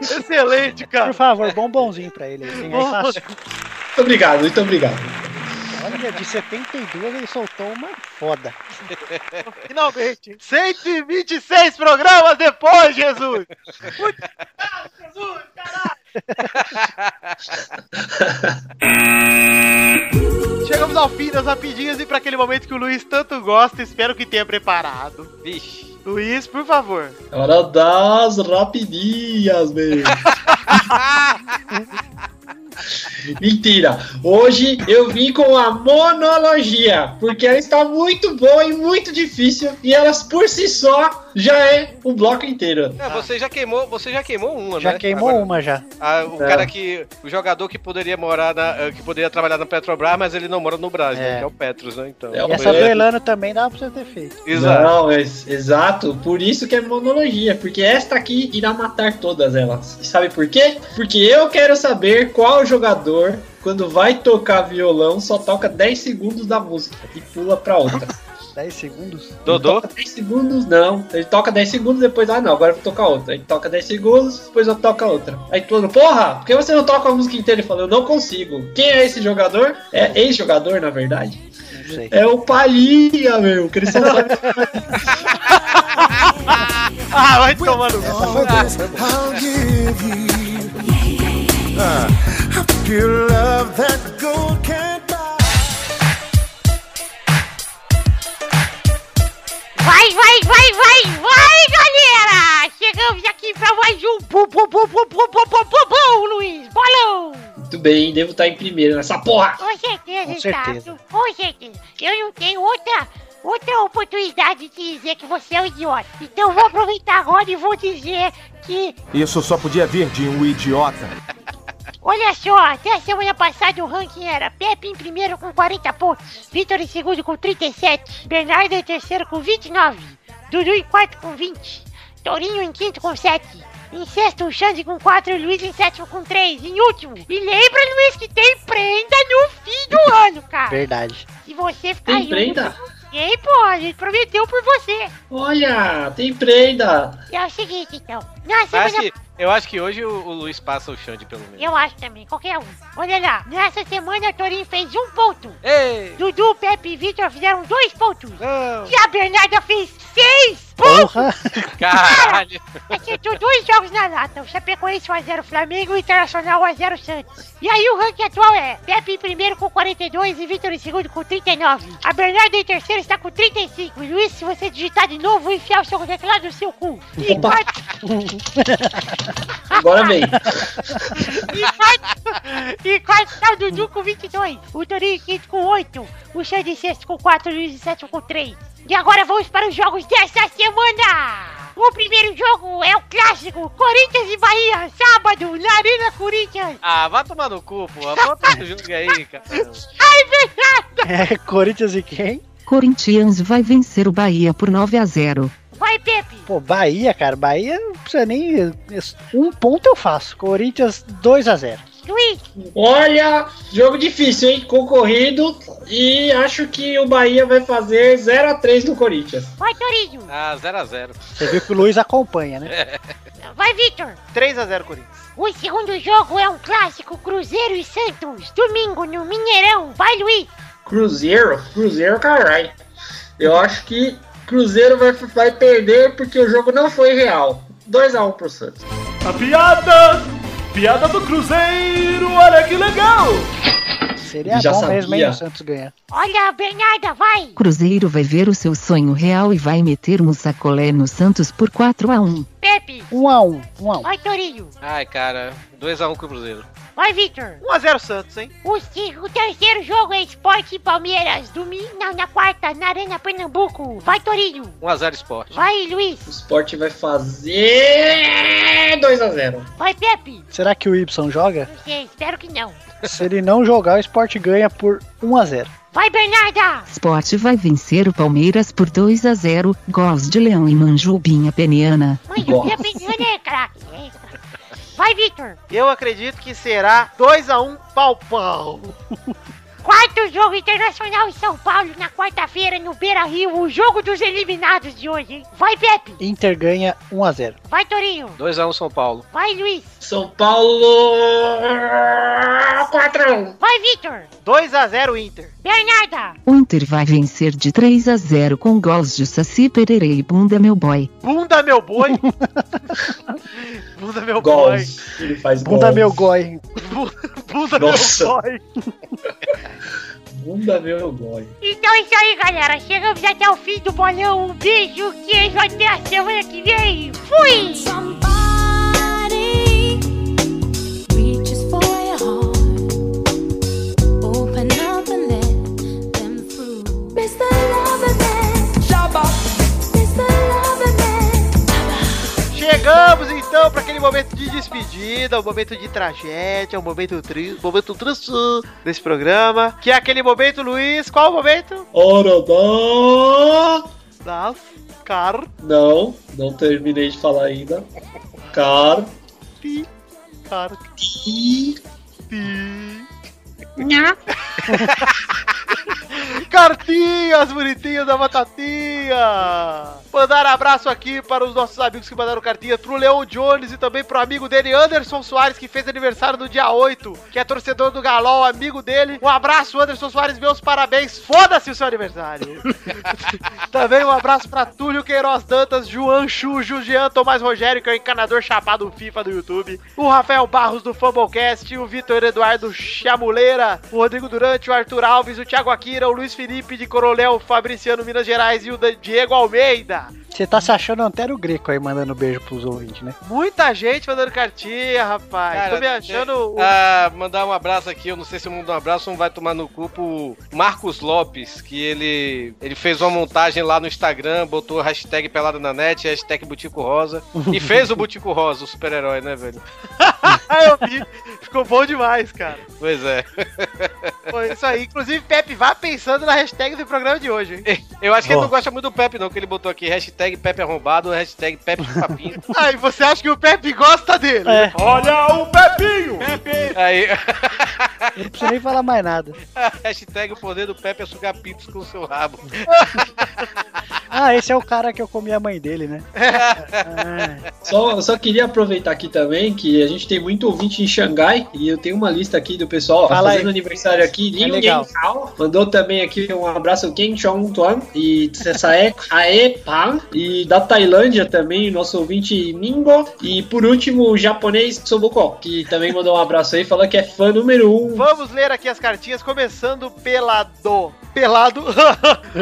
Excelente,
Por
cara.
favor, bombonzinho pra ele. ele é tem aí fácil.
Muito obrigado, muito obrigado.
Olha, de 72 ele soltou uma foda.
Finalmente. 126 programas depois, Jesus! Muito obrigado, Jesus, caralho! Chegamos ao fim das rapidinhas e para aquele momento que o Luiz tanto gosta, espero que tenha preparado.
Vixe.
Luiz, por favor.
É Hora das rapidinhas, meu. Mentira. Hoje eu vim com a monologia, porque ela está muito boa e muito difícil, e elas por si só já é o bloco inteiro.
É, você já queimou, você já queimou uma, né?
Já queimou
Agora,
uma já.
ah, o
É.
cara que. O jogador que poderia morar na. eh, que poderia trabalhar na Petrobras, mas ele não mora no Brasil,
É.
que é o Petros, né? Então.
É o
E essa do
Pedro.
Elano também dá pra você ter feito.
Exato.
Não, é ex- exato. Por isso que é monologia, porque é esta aqui irá matar todas elas. E sabe por quê? Porque eu quero saber qual jogador, quando vai tocar violão, só toca 10 segundos da música e pula pra outra.
10 segundos.
Dodô?
10 segundos não. Ele toca 10 segundos, depois, ah não, agora eu vou tocar outra. Ele toca 10 segundos, depois eu toca outra. Aí todo mundo, porra, por que você não toca a música inteira? Ele falou, eu não consigo. Quem é esse jogador? É ex-jogador, na verdade.
Não sei.
É o Palinha, meu. Que ele só sabe
Ah, vai tomar no cu.
I'll give you uh, pure love that gold can't buy.
Vai, vai, vai, vai, vai, galera! Chegamos aqui pra mais um bu, bu, bu, bu, bu, bu, bu, bu, bu, Luiz! Bolão!
Muito bem, devo estar em primeiro nessa porra.
Com certeza,
Com certeza.
Ricardo. Com certeza. Eu não tenho outra, outra oportunidade de dizer que você é um idiota. Então vou aproveitar agora e vou dizer que,
Isso só podia vir de um idiota.
olha só, até semana passada o ranking era Pepe em primeiro com 40 pontos, Vitor em segundo com 37, Bernardo em terceiro com 29, Dudu em quarto com 20, Torinho em quinto com 7. Em sexto, o Xande com 4, Luiz em sétimo com 3, em último. E lembra, Luiz, que tem prenda no fim do ano, cara.
Verdade.
Se você ficar
Tem
aí,
prenda?
Ei, pô, a gente prometeu por você.
Olha, tem prenda.
É o seguinte, então. Na
Eu acho
semana.
que, eu acho que hoje o, o Luiz passa o Xande, pelo menos.
Eu acho também, qualquer um. Olha lá, nessa semana o Torinho fez um ponto.
Ei!
Dudu, Pepe e Victor fizeram dois pontos.
Não!
E a Bernarda fez seis pontos.
Porra!
Caralho!
Acertou dois jogos na lata. O Chapecoense 1x0 Flamengo e o Internacional 1x0 Santos. E aí o ranking atual é Pepe em primeiro com 42 e Vitor em segundo com 39. A Bernarda em terceiro está com 35. E Luiz, se você digitar de novo, vou enfiar o seu teclado no seu cu. E
Opa.
quarto,
Agora vem.
E quarto, e quarto tá o Dudu com 22. O Torinho em quinto com 8. O Xande em sexto com 4. O Luiz em sétimo com 3. E agora vamos para os jogos dessa semana. O primeiro jogo é o clássico Corinthians e Bahia, sábado, na Arena Corinthians.
Ah, vai tomar no cu, porra. Bota outro jogo aí, cara.
Ai, Bernardo!
É Corinthians e quem?
Corinthians vai vencer o Bahia por 9 a 0.
Vai, Pepe.
Pô, Bahia, cara. Bahia não precisa nem. Um ponto eu faço. Corinthians 2x0.
Luiz,
Olha, jogo difícil, hein? Concorrido. E acho que o Bahia vai fazer 0 a 3 no Corinthians.
vai, Torinho.
Ah, 0x0.
Você viu que o Luiz acompanha, né?
Vai, Vitor.
3x0 Corinthians.
O segundo jogo é um clássico Cruzeiro e Santos, domingo no Mineirão. Vai, Luiz.
Cruzeiro, Cruzeiro, caralho. Eu acho que Cruzeiro vai, vai perder porque o jogo não foi real. 2 a 1 pro Santos.
A piada! Piada do Cruzeiro, olha que legal!
Seria
É, Já
bom
sabia.
mesmo, hein, o Santos ganhar.
Olha, Bernarda, vai.
Cruzeiro vai ver o seu sonho real e vai meter um sacolé no Santos por 4 a 1.
Pepe.
1x1. 1x1.
Vai, Torinho.
Ai, cara. 2x1 com o Cruzeiro.
Vai, Vitor.
1x0 Santos, hein?
O, se- o terceiro jogo é Esporte e Palmeiras, domingo, não, na quarta, na Arena Pernambuco. Vai, Torinho.
1x0 Sport.
Vai,
O
Luiz.
Sport vai fazer 2 a 0.
Vai, Pepe.
Será que o Y joga?
Não sei, espero que não.
Se ele não jogar, o Sport ganha por 1x0.
Vai, Bernarda.
Sport vai vencer o Palmeiras por 2 a 0. Gols de Leão e Manjubinha Peniana.
Mãe, eu
Nossa.
ia pensando, é craque. é craque. Vai, Vitor.
Eu acredito que será 2x1 pau-pau.
Quarto jogo internacional em São Paulo, na quarta-feira, no Beira Rio, o jogo dos eliminados de hoje, hein? Vai, Pepe.
Inter ganha 1x0.
Vai, Torinho.
2x1 São Paulo.
Vai, Luiz.
São Paulo 4 a 1.
Vai, Vitor.
2x0 Inter.
Bernarda.
O Inter vai vencer de 3 a 0 com gols de Saci Pereira e Bunda Meu Boy.
Bunda meu boi. Bunda meu boi.
Gols. Ele faz
Bunda
gols.
meu goi.
Bu- Bunda
Nossa.
meu boi.
Bunda meu gol.
Então é isso aí, galera. Chegamos até o fim do bolão. Um beijo, queijo, até a semana que vem. Fui!
Somebody reaches for your heart.
então para aquele momento de despedida, o momento de tragédia, o momento triste, o momento triste desse programa. Que é aquele momento, Luiz. Qual o momento?
Hora da...
Das car.
Não, não terminei de falar ainda. Car...
car.
E...
Cartinhas bonitinhas da Batatinha! Mandar abraço aqui para os nossos amigos que mandaram cartinha, pro Leon Jones e também pro amigo dele, Anderson Soares, que fez aniversário no dia 8, que é torcedor do Galol, amigo dele. Um abraço, Anderson Soares, meus parabéns, foda-se o seu aniversário! também um abraço para Túlio Queiroz Dantas, João Chujo, Jean Tomás Rogério, que é o encanador chapado FIFA do YouTube, o Rafael Barros do Fumblecast, o Vitor Eduardo Chamuleira, o Rodrigo Durante, o Arthur Alves, o Thiago Akira, o Luiz Felipe de Coronel Fabriciano Minas Gerais e o da- Diego Almeida.
Você tá se achando Antero Greco aí, mandando beijo pros ouvintes, né?
Muita gente mandando cartinha, rapaz.
Cara,
Tô me
tem-
achando. o-
Ah, mandar um abraço aqui, eu não sei se eu mando um abraço, não vai tomar no cu pro Marcos Lopes, que ele, ele fez uma montagem lá no Instagram, botou hashtag pelada na net, hashtag Butico Rosa, e fez o Butico Rosa, o super-herói, né, velho?
Ah, eu vi. Ficou bom demais, cara.
Pois é.
Foi isso aí. Inclusive, Pepe, vá pensando na hashtag do programa de hoje, hein?
Eu acho que ele
Ó.
não gosta muito do Pepe, não, que ele botou aqui hashtag Pepe Arrombado, hashtag Pepe Papinho.
Ah, e você acha que o Pepe gosta dele?
É.
Olha o Pepinho!
Aí,
Eu não preciso nem falar mais nada.
hashtag o poder do Pepe é sugar pitos com o seu rabo.
Ah, esse é o cara que eu comi a mãe dele, né? Ah,
Só, só queria aproveitar aqui também que a gente tem muito ouvinte em Xangai e eu tenho uma lista aqui do pessoal ó,
Fala
fazendo
aí. É
aniversário aqui. Liu
legal.
Yen Hao mandou também aqui um abraço ao Ken Chong Tuan e Tsae Ae Pan e da Tailândia também, o nosso ouvinte Mingo. E por último, o japonês Soboko, que também mandou um abraço aí, falando que é fã número um.
Vamos ler aqui as cartinhas, começando pela do. Pelado.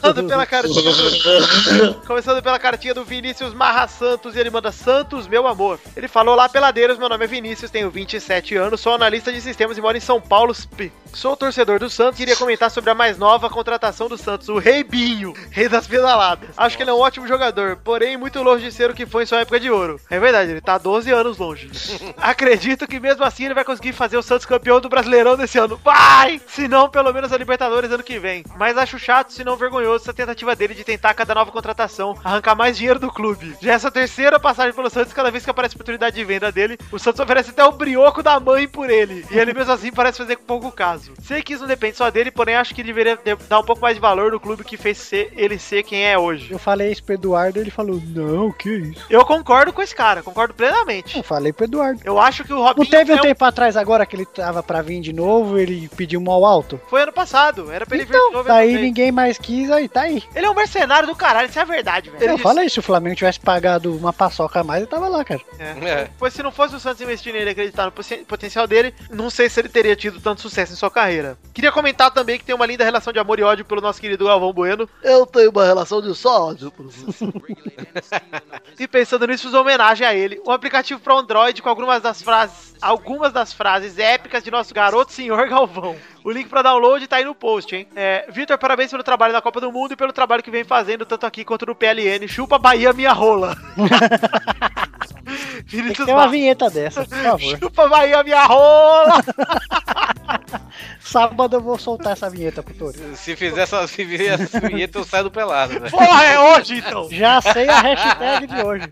começando pela cartinha. do- começando pela cartinha do Vinícius Marra Santos. E ele manda Santos, meu amor. Ele falou lá, peladeiros, meu nome é Vinícius, tenho 27 anos, sou analista de sistemas e moro em São Paulo. sp. Sou torcedor do Santos e iria comentar sobre a mais nova contratação do Santos, o Rei Binho, rei das pedaladas. Acho que ele é um ótimo jogador, porém muito longe de ser o que foi em sua época de ouro. É verdade, ele tá 12 anos longe. Acredito que mesmo assim ele vai conseguir fazer o Santos campeão do Brasileirão desse ano. Vai! Se não, pelo menos a Libertadores ano que vem. Mas acho chato, se não vergonhoso, essa tentativa dele de tentar a cada nova contratação arrancar mais dinheiro do clube. Já essa terceira passagem pelo Santos, cada vez que aparece oportunidade de venda dele, o Santos oferece até o brioco da mãe por ele. E ele mesmo assim parece fazer pouco caso. Sei que isso não depende só dele, porém acho que ele deveria de- dar um pouco mais de valor no clube que fez ser- ele ser quem é hoje.
eu falei isso pro Eduardo, ele falou, não, que isso?
Eu concordo com esse cara, concordo
Eu
plenamente.
falei pro Eduardo.
Eu acho que o Robinho
Não teve
é
um tempo atrás agora que ele tava pra vir de novo, ele pediu mal alto?
Foi ano passado, era pra ele vir de novo. ano
Daí
que vem.
Então, tá ninguém mais quis, aí tá aí.
Ele é um mercenário do caralho, isso é a verdade, velho.
Eu falei, se o Flamengo tivesse pagado uma paçoca a mais, ele tava lá, cara.
É.
Pois se não fosse o Santos investir nele e acreditar no poten- potencial dele, não sei se ele teria tido tanto sucesso em sua carreira. Queria comentar também que tem uma linda relação de amor e ódio pelo nosso querido Galvão Bueno.
Eu tenho uma relação de só ódio pro
E pensando nisso, fiz uma homenagem a ele. Um aplicativo para Android com algumas das frases, algumas das frases épicas de nosso garoto senhor Galvão. O link para download tá aí no post, hein? É, Vitor, parabéns pelo trabalho na Copa do Mundo e pelo trabalho que vem fazendo tanto aqui quanto no PLN. Chupa Bahia minha rola.
Tem que
Vinícius
ter uma
Barros.
vinheta dessa, por favor.
Chupa Bahia minha rola.
Sábado eu vou soltar essa vinheta pro Tori.
Se fizer essa, se fizer essa vinheta, eu saio do pelado, né? velho.
Porra, é hoje então.
Já sei a hashtag de hoje.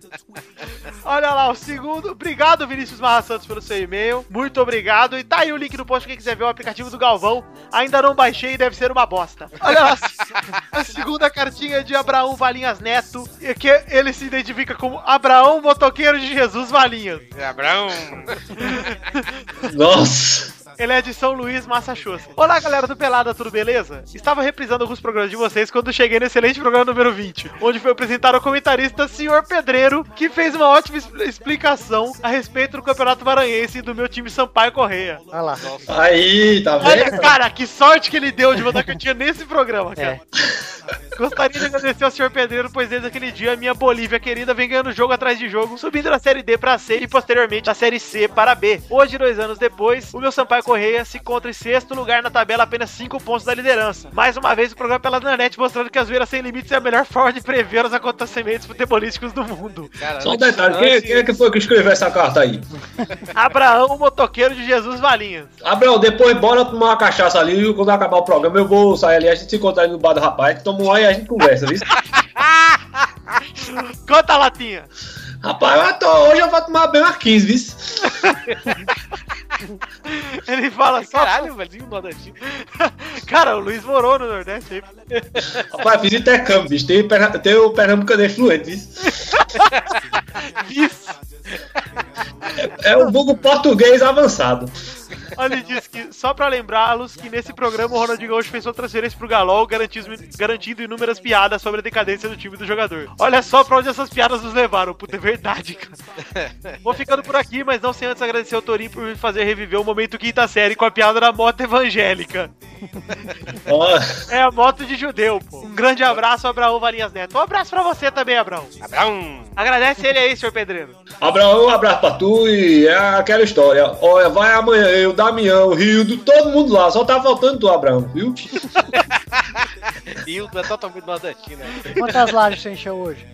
Olha lá, o segundo. Obrigado, Vinícius Marra Santos, pelo seu e-mail. Muito obrigado. E tá aí o link no post, quem quiser ver o aplicativo do Galvão. Ainda não baixei e deve ser uma bosta. Olha lá, a segunda cartinha é de Abraão Valinhas Neto, e que ele se identifica como Abraão Motoqueiro de Jesus Valinhas.
Abraão!
Nossa!
Ele é de São Luís, Massachusetts. Olá, galera do Pelada, tudo beleza? Estava reprisando alguns programas de vocês quando cheguei no excelente programa número 20, onde foi apresentado o comentarista Sr. Pedreiro, que fez uma ótima es- explicação a respeito do Campeonato Maranhense e do meu time Sampaio Correia.
Olha lá.
Aí, tá
Olha,
vendo?
cara, que sorte que ele deu de mandar que eu tinha nesse programa, cara. Gostaria de agradecer ao Sr. Pedreiro, pois desde aquele dia a minha Bolívia querida vem ganhando jogo atrás de jogo, subindo da Série D pra C e posteriormente da Série C para B. Hoje, dois anos depois, o meu Sampaio Correia se encontra em sexto lugar na tabela, apenas 5 pontos da liderança. Mais uma vez, o programa pela Nanete mostrando que a zoeira sem limites é a melhor forma de prever os acontecimentos futebolísticos do mundo.
Cara,
Só um detalhe, quem, quem é que foi que escreveu essa carta aí?
Abraão, o motoqueiro de Jesus Valinhas.
Abraão, depois bora tomar uma cachaça ali e quando acabar o programa eu vou sair ali, a gente se encontra ali no bar do rapaz, toma um ar e a gente conversa, viu?
Conta a latinha.
rapaz, eu tô- hoje eu vou tomar bem umas 15, viu?
Ele fala só.
Caralho, velho, nordestino.
Cara, o Luiz morou no Nordeste. hein?
Rapaz, fiz intercâmbio, bicho, tem, perna- tem o Pernambucanês fluente, viu?
Isso.
É o vulgo português avançado.
Olha, ele diz que, só pra lembrá-los, que nesse programa o Ronaldinho Gaúcho fez sua transferência pro Galol, garantindo, garantindo inúmeras piadas sobre a decadência do time do jogador. Olha só pra onde essas piadas nos levaram, puta, é verdade, cara. Vou ficando por aqui, mas não sem antes agradecer ao Torinho por me fazer reviver o momento quinta série com a piada da moto evangélica.
Ó,
É a moto de judeu, pô. Um grande abraço, Abraão Varinhas Neto. Um abraço pra você também, Abraão.
Tá Abraão.
Agradece ele aí, senhor Pedreiro.
Abraão, um abraço pra tu e é aquela história. Olha, vai amanhã, eu, Damião, Rildo, todo mundo lá, só tá faltando tu, Abraão, viu?
Hilda é totalmente né? nordestina.
Quantas lajes você encheu hoje?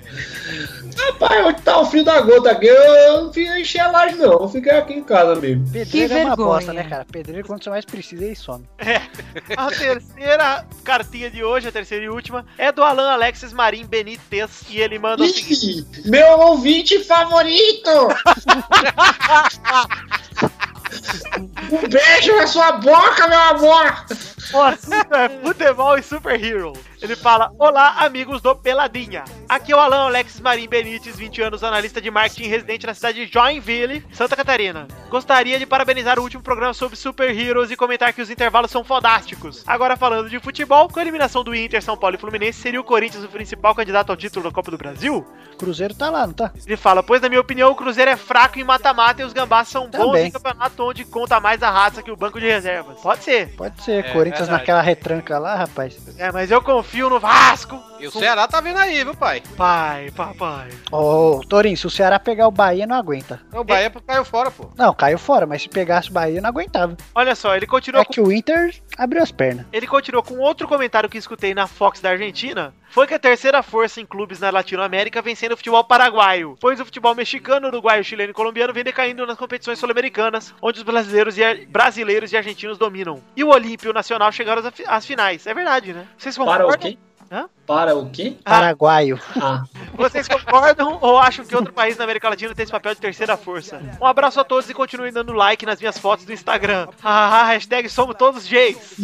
Rapaz, hoje tá o frio da gota aqui, eu não fui encher a laje não, eu fiquei aqui em casa mesmo.
Pedreiro é uma
vergonha.
bosta, né, cara? Pedreiro, quando você mais precisa, ele some.
A terceira cartinha de hoje, a terceira e última, é do Alan Alexis Marim Benitez e ele manda é assim, o seguinte.
Ih, meu ouvinte favorito! um beijo na sua boca, meu amor!
O assunto é futebol e superhero. Ele fala: Olá, amigos do Peladinha. Aqui é o Alan Alex Marim Benites, 20 anos, analista de marketing residente na cidade de Joinville, Santa Catarina. Gostaria de parabenizar o último programa sobre superheroes e comentar que os intervalos são fodásticos. Agora, falando de futebol, com a eliminação do Inter, São Paulo e Fluminense, seria o Corinthians o principal candidato ao título da Copa do Brasil?
Cruzeiro tá lá, não tá?
Ele fala, pois na minha opinião o Cruzeiro é fraco em mata-mata e os gambás são bons
Também.
em campeonato onde conta mais a raça que o banco de reservas. Pode ser.
Pode ser.
É,
Corinthians
verdade.
naquela retranca lá, rapaz.
É, mas eu confio no Vasco.
E o Ceará tá vindo aí, viu, pai?
Pai, papai.
Ô, Torinho, se o Ceará pegar o Bahia, não aguenta.
Não, É o Bahia caiu fora, pô.
Não, caiu fora, mas se pegasse o Bahia, não aguentava.
Olha só, ele continuou,
É
com,
que o Inter abriu as pernas.
ele continuou com outro comentário que escutei na Fox da Argentina. Foi que a terceira força em clubes na Latinoamérica vem sendo o futebol paraguaio. Pois o futebol mexicano, uruguaio, chileno e colombiano vem decaindo nas competições sul-americanas, onde os brasileiros e, ar- brasileiros e argentinos dominam. E o Olímpio e o Nacional chegaram às, fi- às finais. É verdade, né? Vocês
Para
concordam?
o quê?
Hã?
Para o quê?
Paraguaio.
Ah,
Vocês concordam ou acham que outro país na América Latina tem esse papel de terceira força? Um abraço a todos e continuem dando like nas minhas fotos do Instagram. Haha, hashtag somos todos gays.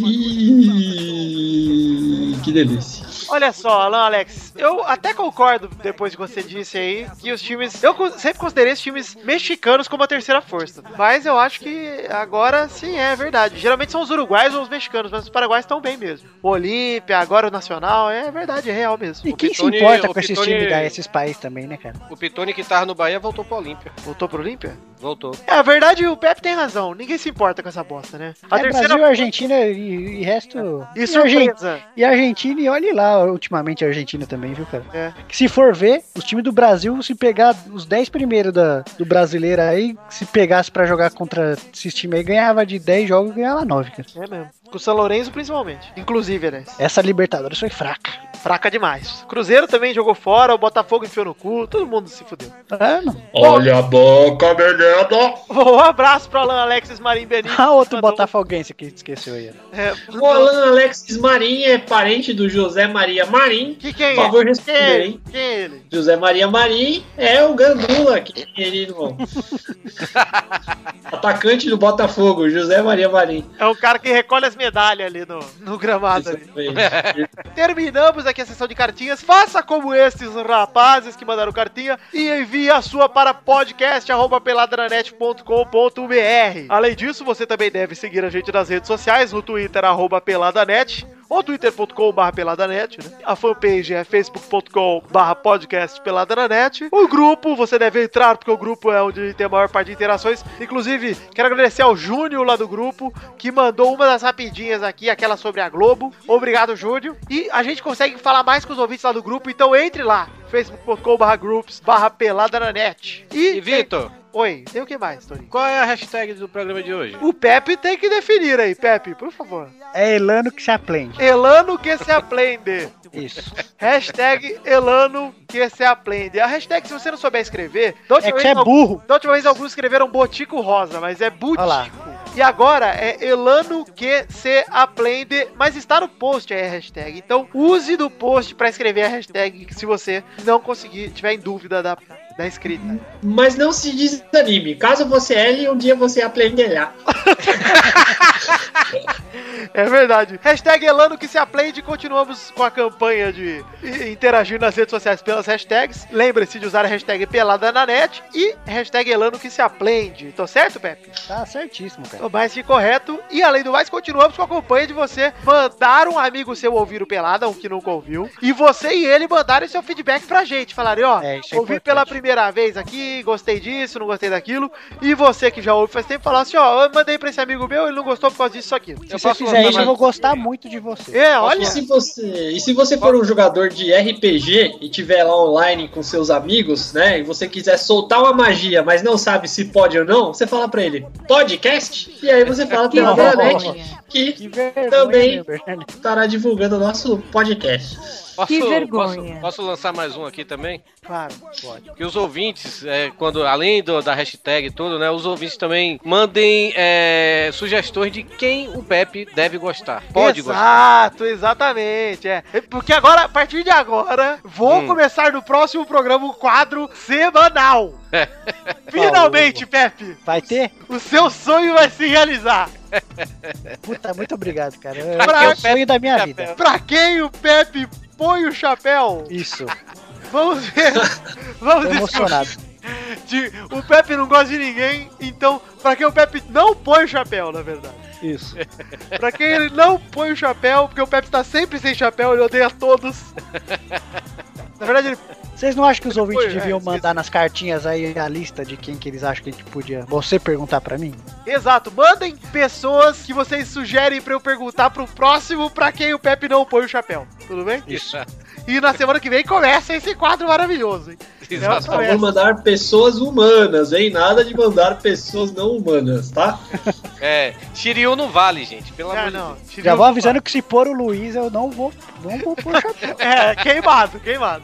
Ih, que delícia.
Olha só, Alan Alex, eu até concordo depois que você disse aí que os times. Eu con- sempre considerei os times mexicanos como a terceira força. Mas eu acho que agora sim é verdade. Geralmente são os uruguaios ou os mexicanos, mas os paraguaios estão bem mesmo. O Olímpia, agora o Nacional, é verdade, é real mesmo.
E quem
Pitone-
se importa
o
com esses
Pitone-
times daí, esses países também, né, cara?
O Pitone que tava no Bahia voltou pro Olímpia.
Voltou pro Olímpia?
Voltou.
É, a verdade, o Pepe tem razão. Ninguém se importa com essa bosta, né? A
é
terceira
Brasil, Argentina e, e resto.
E
e, Argen-
surpresa.
e Argentina, e olhe lá, ultimamente a Argentina também, viu, cara?
É.
Que se for ver, os times do Brasil, se pegar os 10 primeiros da, do brasileiro aí, se pegasse pra jogar contra esses times aí, ganhava de 10 jogos e ganhava 9, cara.
É mesmo. Com o São Lourenço, principalmente. Inclusive, né?
Essa Libertadores foi fraca.
Fraca demais. Cruzeiro também jogou fora, o Botafogo enfiou no cu, todo mundo se fudeu.
Ah, não.
Olha a boca, menino!
Um abraço pro Alan Alexis Marim Benito.
Ah, outro
Mandou-
botafoguense que esqueceu aí. né?
É,
O Alan Alexis Marim é parente do José Maria Marim.
que quem
Por
é? Quem
favor,
é
responda,
ele?
hein?
Quem é ele?
José Maria Marim é o Gandula, querido. Atacante do Botafogo, José Maria Marim.
É o cara que recolhe as medalhas ali no, no gramado. Ali. Terminamos aqui a sessão de cartinhas. Faça como esses rapazes que mandaram cartinha e envie a sua para podcast@peladranet.com.br. Além disso, você também deve seguir a gente nas redes sociais, no Twitter arroba @peladanet ou twitter.com.br peladanet, né? A fanpage é facebook.com.br podcast peladanet. O grupo, você deve entrar, porque o grupo é onde tem a maior parte de interações. Inclusive, quero agradecer ao Júnior lá do grupo, que mandou uma das rapidinhas aqui, aquela sobre a Globo. Obrigado, Júnior. E a gente consegue falar mais com os ouvintes lá do grupo, então entre lá, facebook.com barra groups barra pelada na net.
E,
E,
Vitor,
Oi, tem o que mais, Tony?
Qual é a hashtag do programa de hoje?
O Pepe tem que definir aí, Pepe, por favor.
É Elano que se aplende.
Elano que se aplende.
Isso.
Hashtag Elano que se aplende. A hashtag, se você não souber escrever, da última,
É que
vez,
é
al-
burro.
da última vez alguns escreveram Botico Rosa, mas é Butico.
Olha lá.
E agora é Elano que se aplende, mas está no post aí a hashtag. Então use do post pra escrever a hashtag se você não conseguir, tiver em dúvida da, da escrita.
Mas não se desanime. Caso você é L, um dia você aprenderá.
É verdade. Hashtag Elano que se aplende. Continuamos com a campanha de i- interagir nas redes sociais pelas hashtags. Lembre-se de usar a hashtag Pelada na net e hashtag Elano que se aplende. Tô certo, Pepe?
Tá certíssimo, cara.
Tô mais que correto. E além do mais, continuamos com a campanha de você mandar um amigo seu ouvir o Pelada, um que nunca ouviu. E você e ele mandarem seu feedback pra gente. Falarem, ó,
É, isso é
Ah, ouvi
importante.
pela primeira vez aqui, gostei disso, não gostei daquilo. E você que já ouve faz tempo, falar assim, ó, eu mandei pra esse amigo meu, ele não gostou por causa disso aqui.
Se você
posso
fizer
né,
mandar
isso, eu
mais-
vou gostar muito de você.
É,
E
olha.
se você, e se você for um jogador de RPG e tiver lá online com seus amigos, né? E você quiser soltar uma magia, mas não sabe se pode ou não, você fala pra ele, podcast? E aí você fala
Que
pela internet
vergonha.
que
Tá Que vergonha,
Também.
né, Bernardo?
estará divulgando o nosso podcast.
Posso,
Que vergonha.
Posso, posso lançar mais um aqui também?
Claro.
Que os ouvintes, é, quando além do- da hashtag e tudo, né? Os ouvintes também mandem é, sugestões de quem o Pepe deve gostar. Pode gostar.
Exato, exatamente. É. Porque agora, a partir de agora, vou
Hum.
começar no próximo programa o quadro semanal.
É. Tá
Finalmente, Pepe,
Vai ter?
o seu sonho vai se realizar.
Puta, muito obrigado, cara. É
Pra-
o sonho da minha
Chapéu.
vida.
Pra quem o Pepe põe o chapéu?
Isso,
Vamos ver.
tô
Vamos
emocionado.
discutir. O Pepe não gosta de ninguém, então, pra quem o Pepe não põe o chapéu, na verdade.
Isso.
Pra quem ele não põe o chapéu, porque o Pepe tá sempre sem chapéu, ele odeia todos. Na verdade, ele
Vocês não acham que os ouvintes
Foi, é,
deviam
esqueci.
mandar nas cartinhas aí a lista de quem que eles acham que a gente podia. Você perguntar pra mim?
Exato, mandem pessoas que vocês sugerem pra eu perguntar pro próximo pra quem o Pepe não põe o chapéu, tudo bem?
Isso.
E na semana que vem começa esse quadro maravilhoso, hein?
Exato.
Não,
Vamos mandar pessoas humanas, hein? Nada de mandar pessoas não humanas, tá?
É, Shiryu não vale, gente. Pelo amor
Ah,
de Deus.
não.
Já vou né? avisando que se pôr o Luiz, eu não vou, não vou pôr o chapéu.
É, queimado, queimado.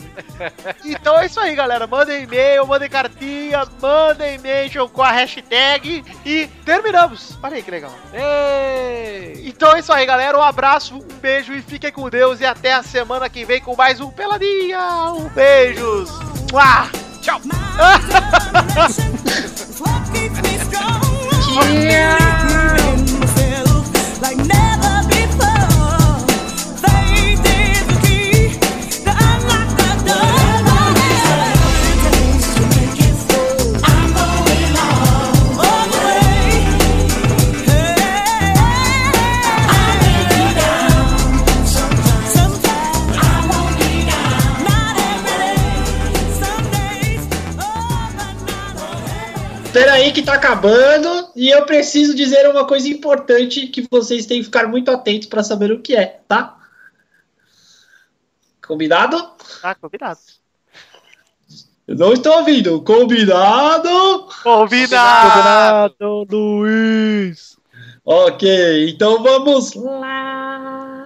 Então é isso aí, galera. Mandem e-mail, mandem cartinha, mandem mention com a hashtag e terminamos. Olha aí que legal.
Ei!
Então é isso aí, galera. Um abraço, um beijo e fiquem com Deus. E até a semana que vem com mais um Peladinha. Um beijos. Mua! Tchau.
Espera aí que tá acabando e eu preciso dizer uma coisa importante que vocês têm que ficar muito atentos pra saber o que é, tá? Combinado?
Tá combinado.
Eu não estou ouvindo. Combinado?
Combinado.
Luiz!
Ok, então vamos lá.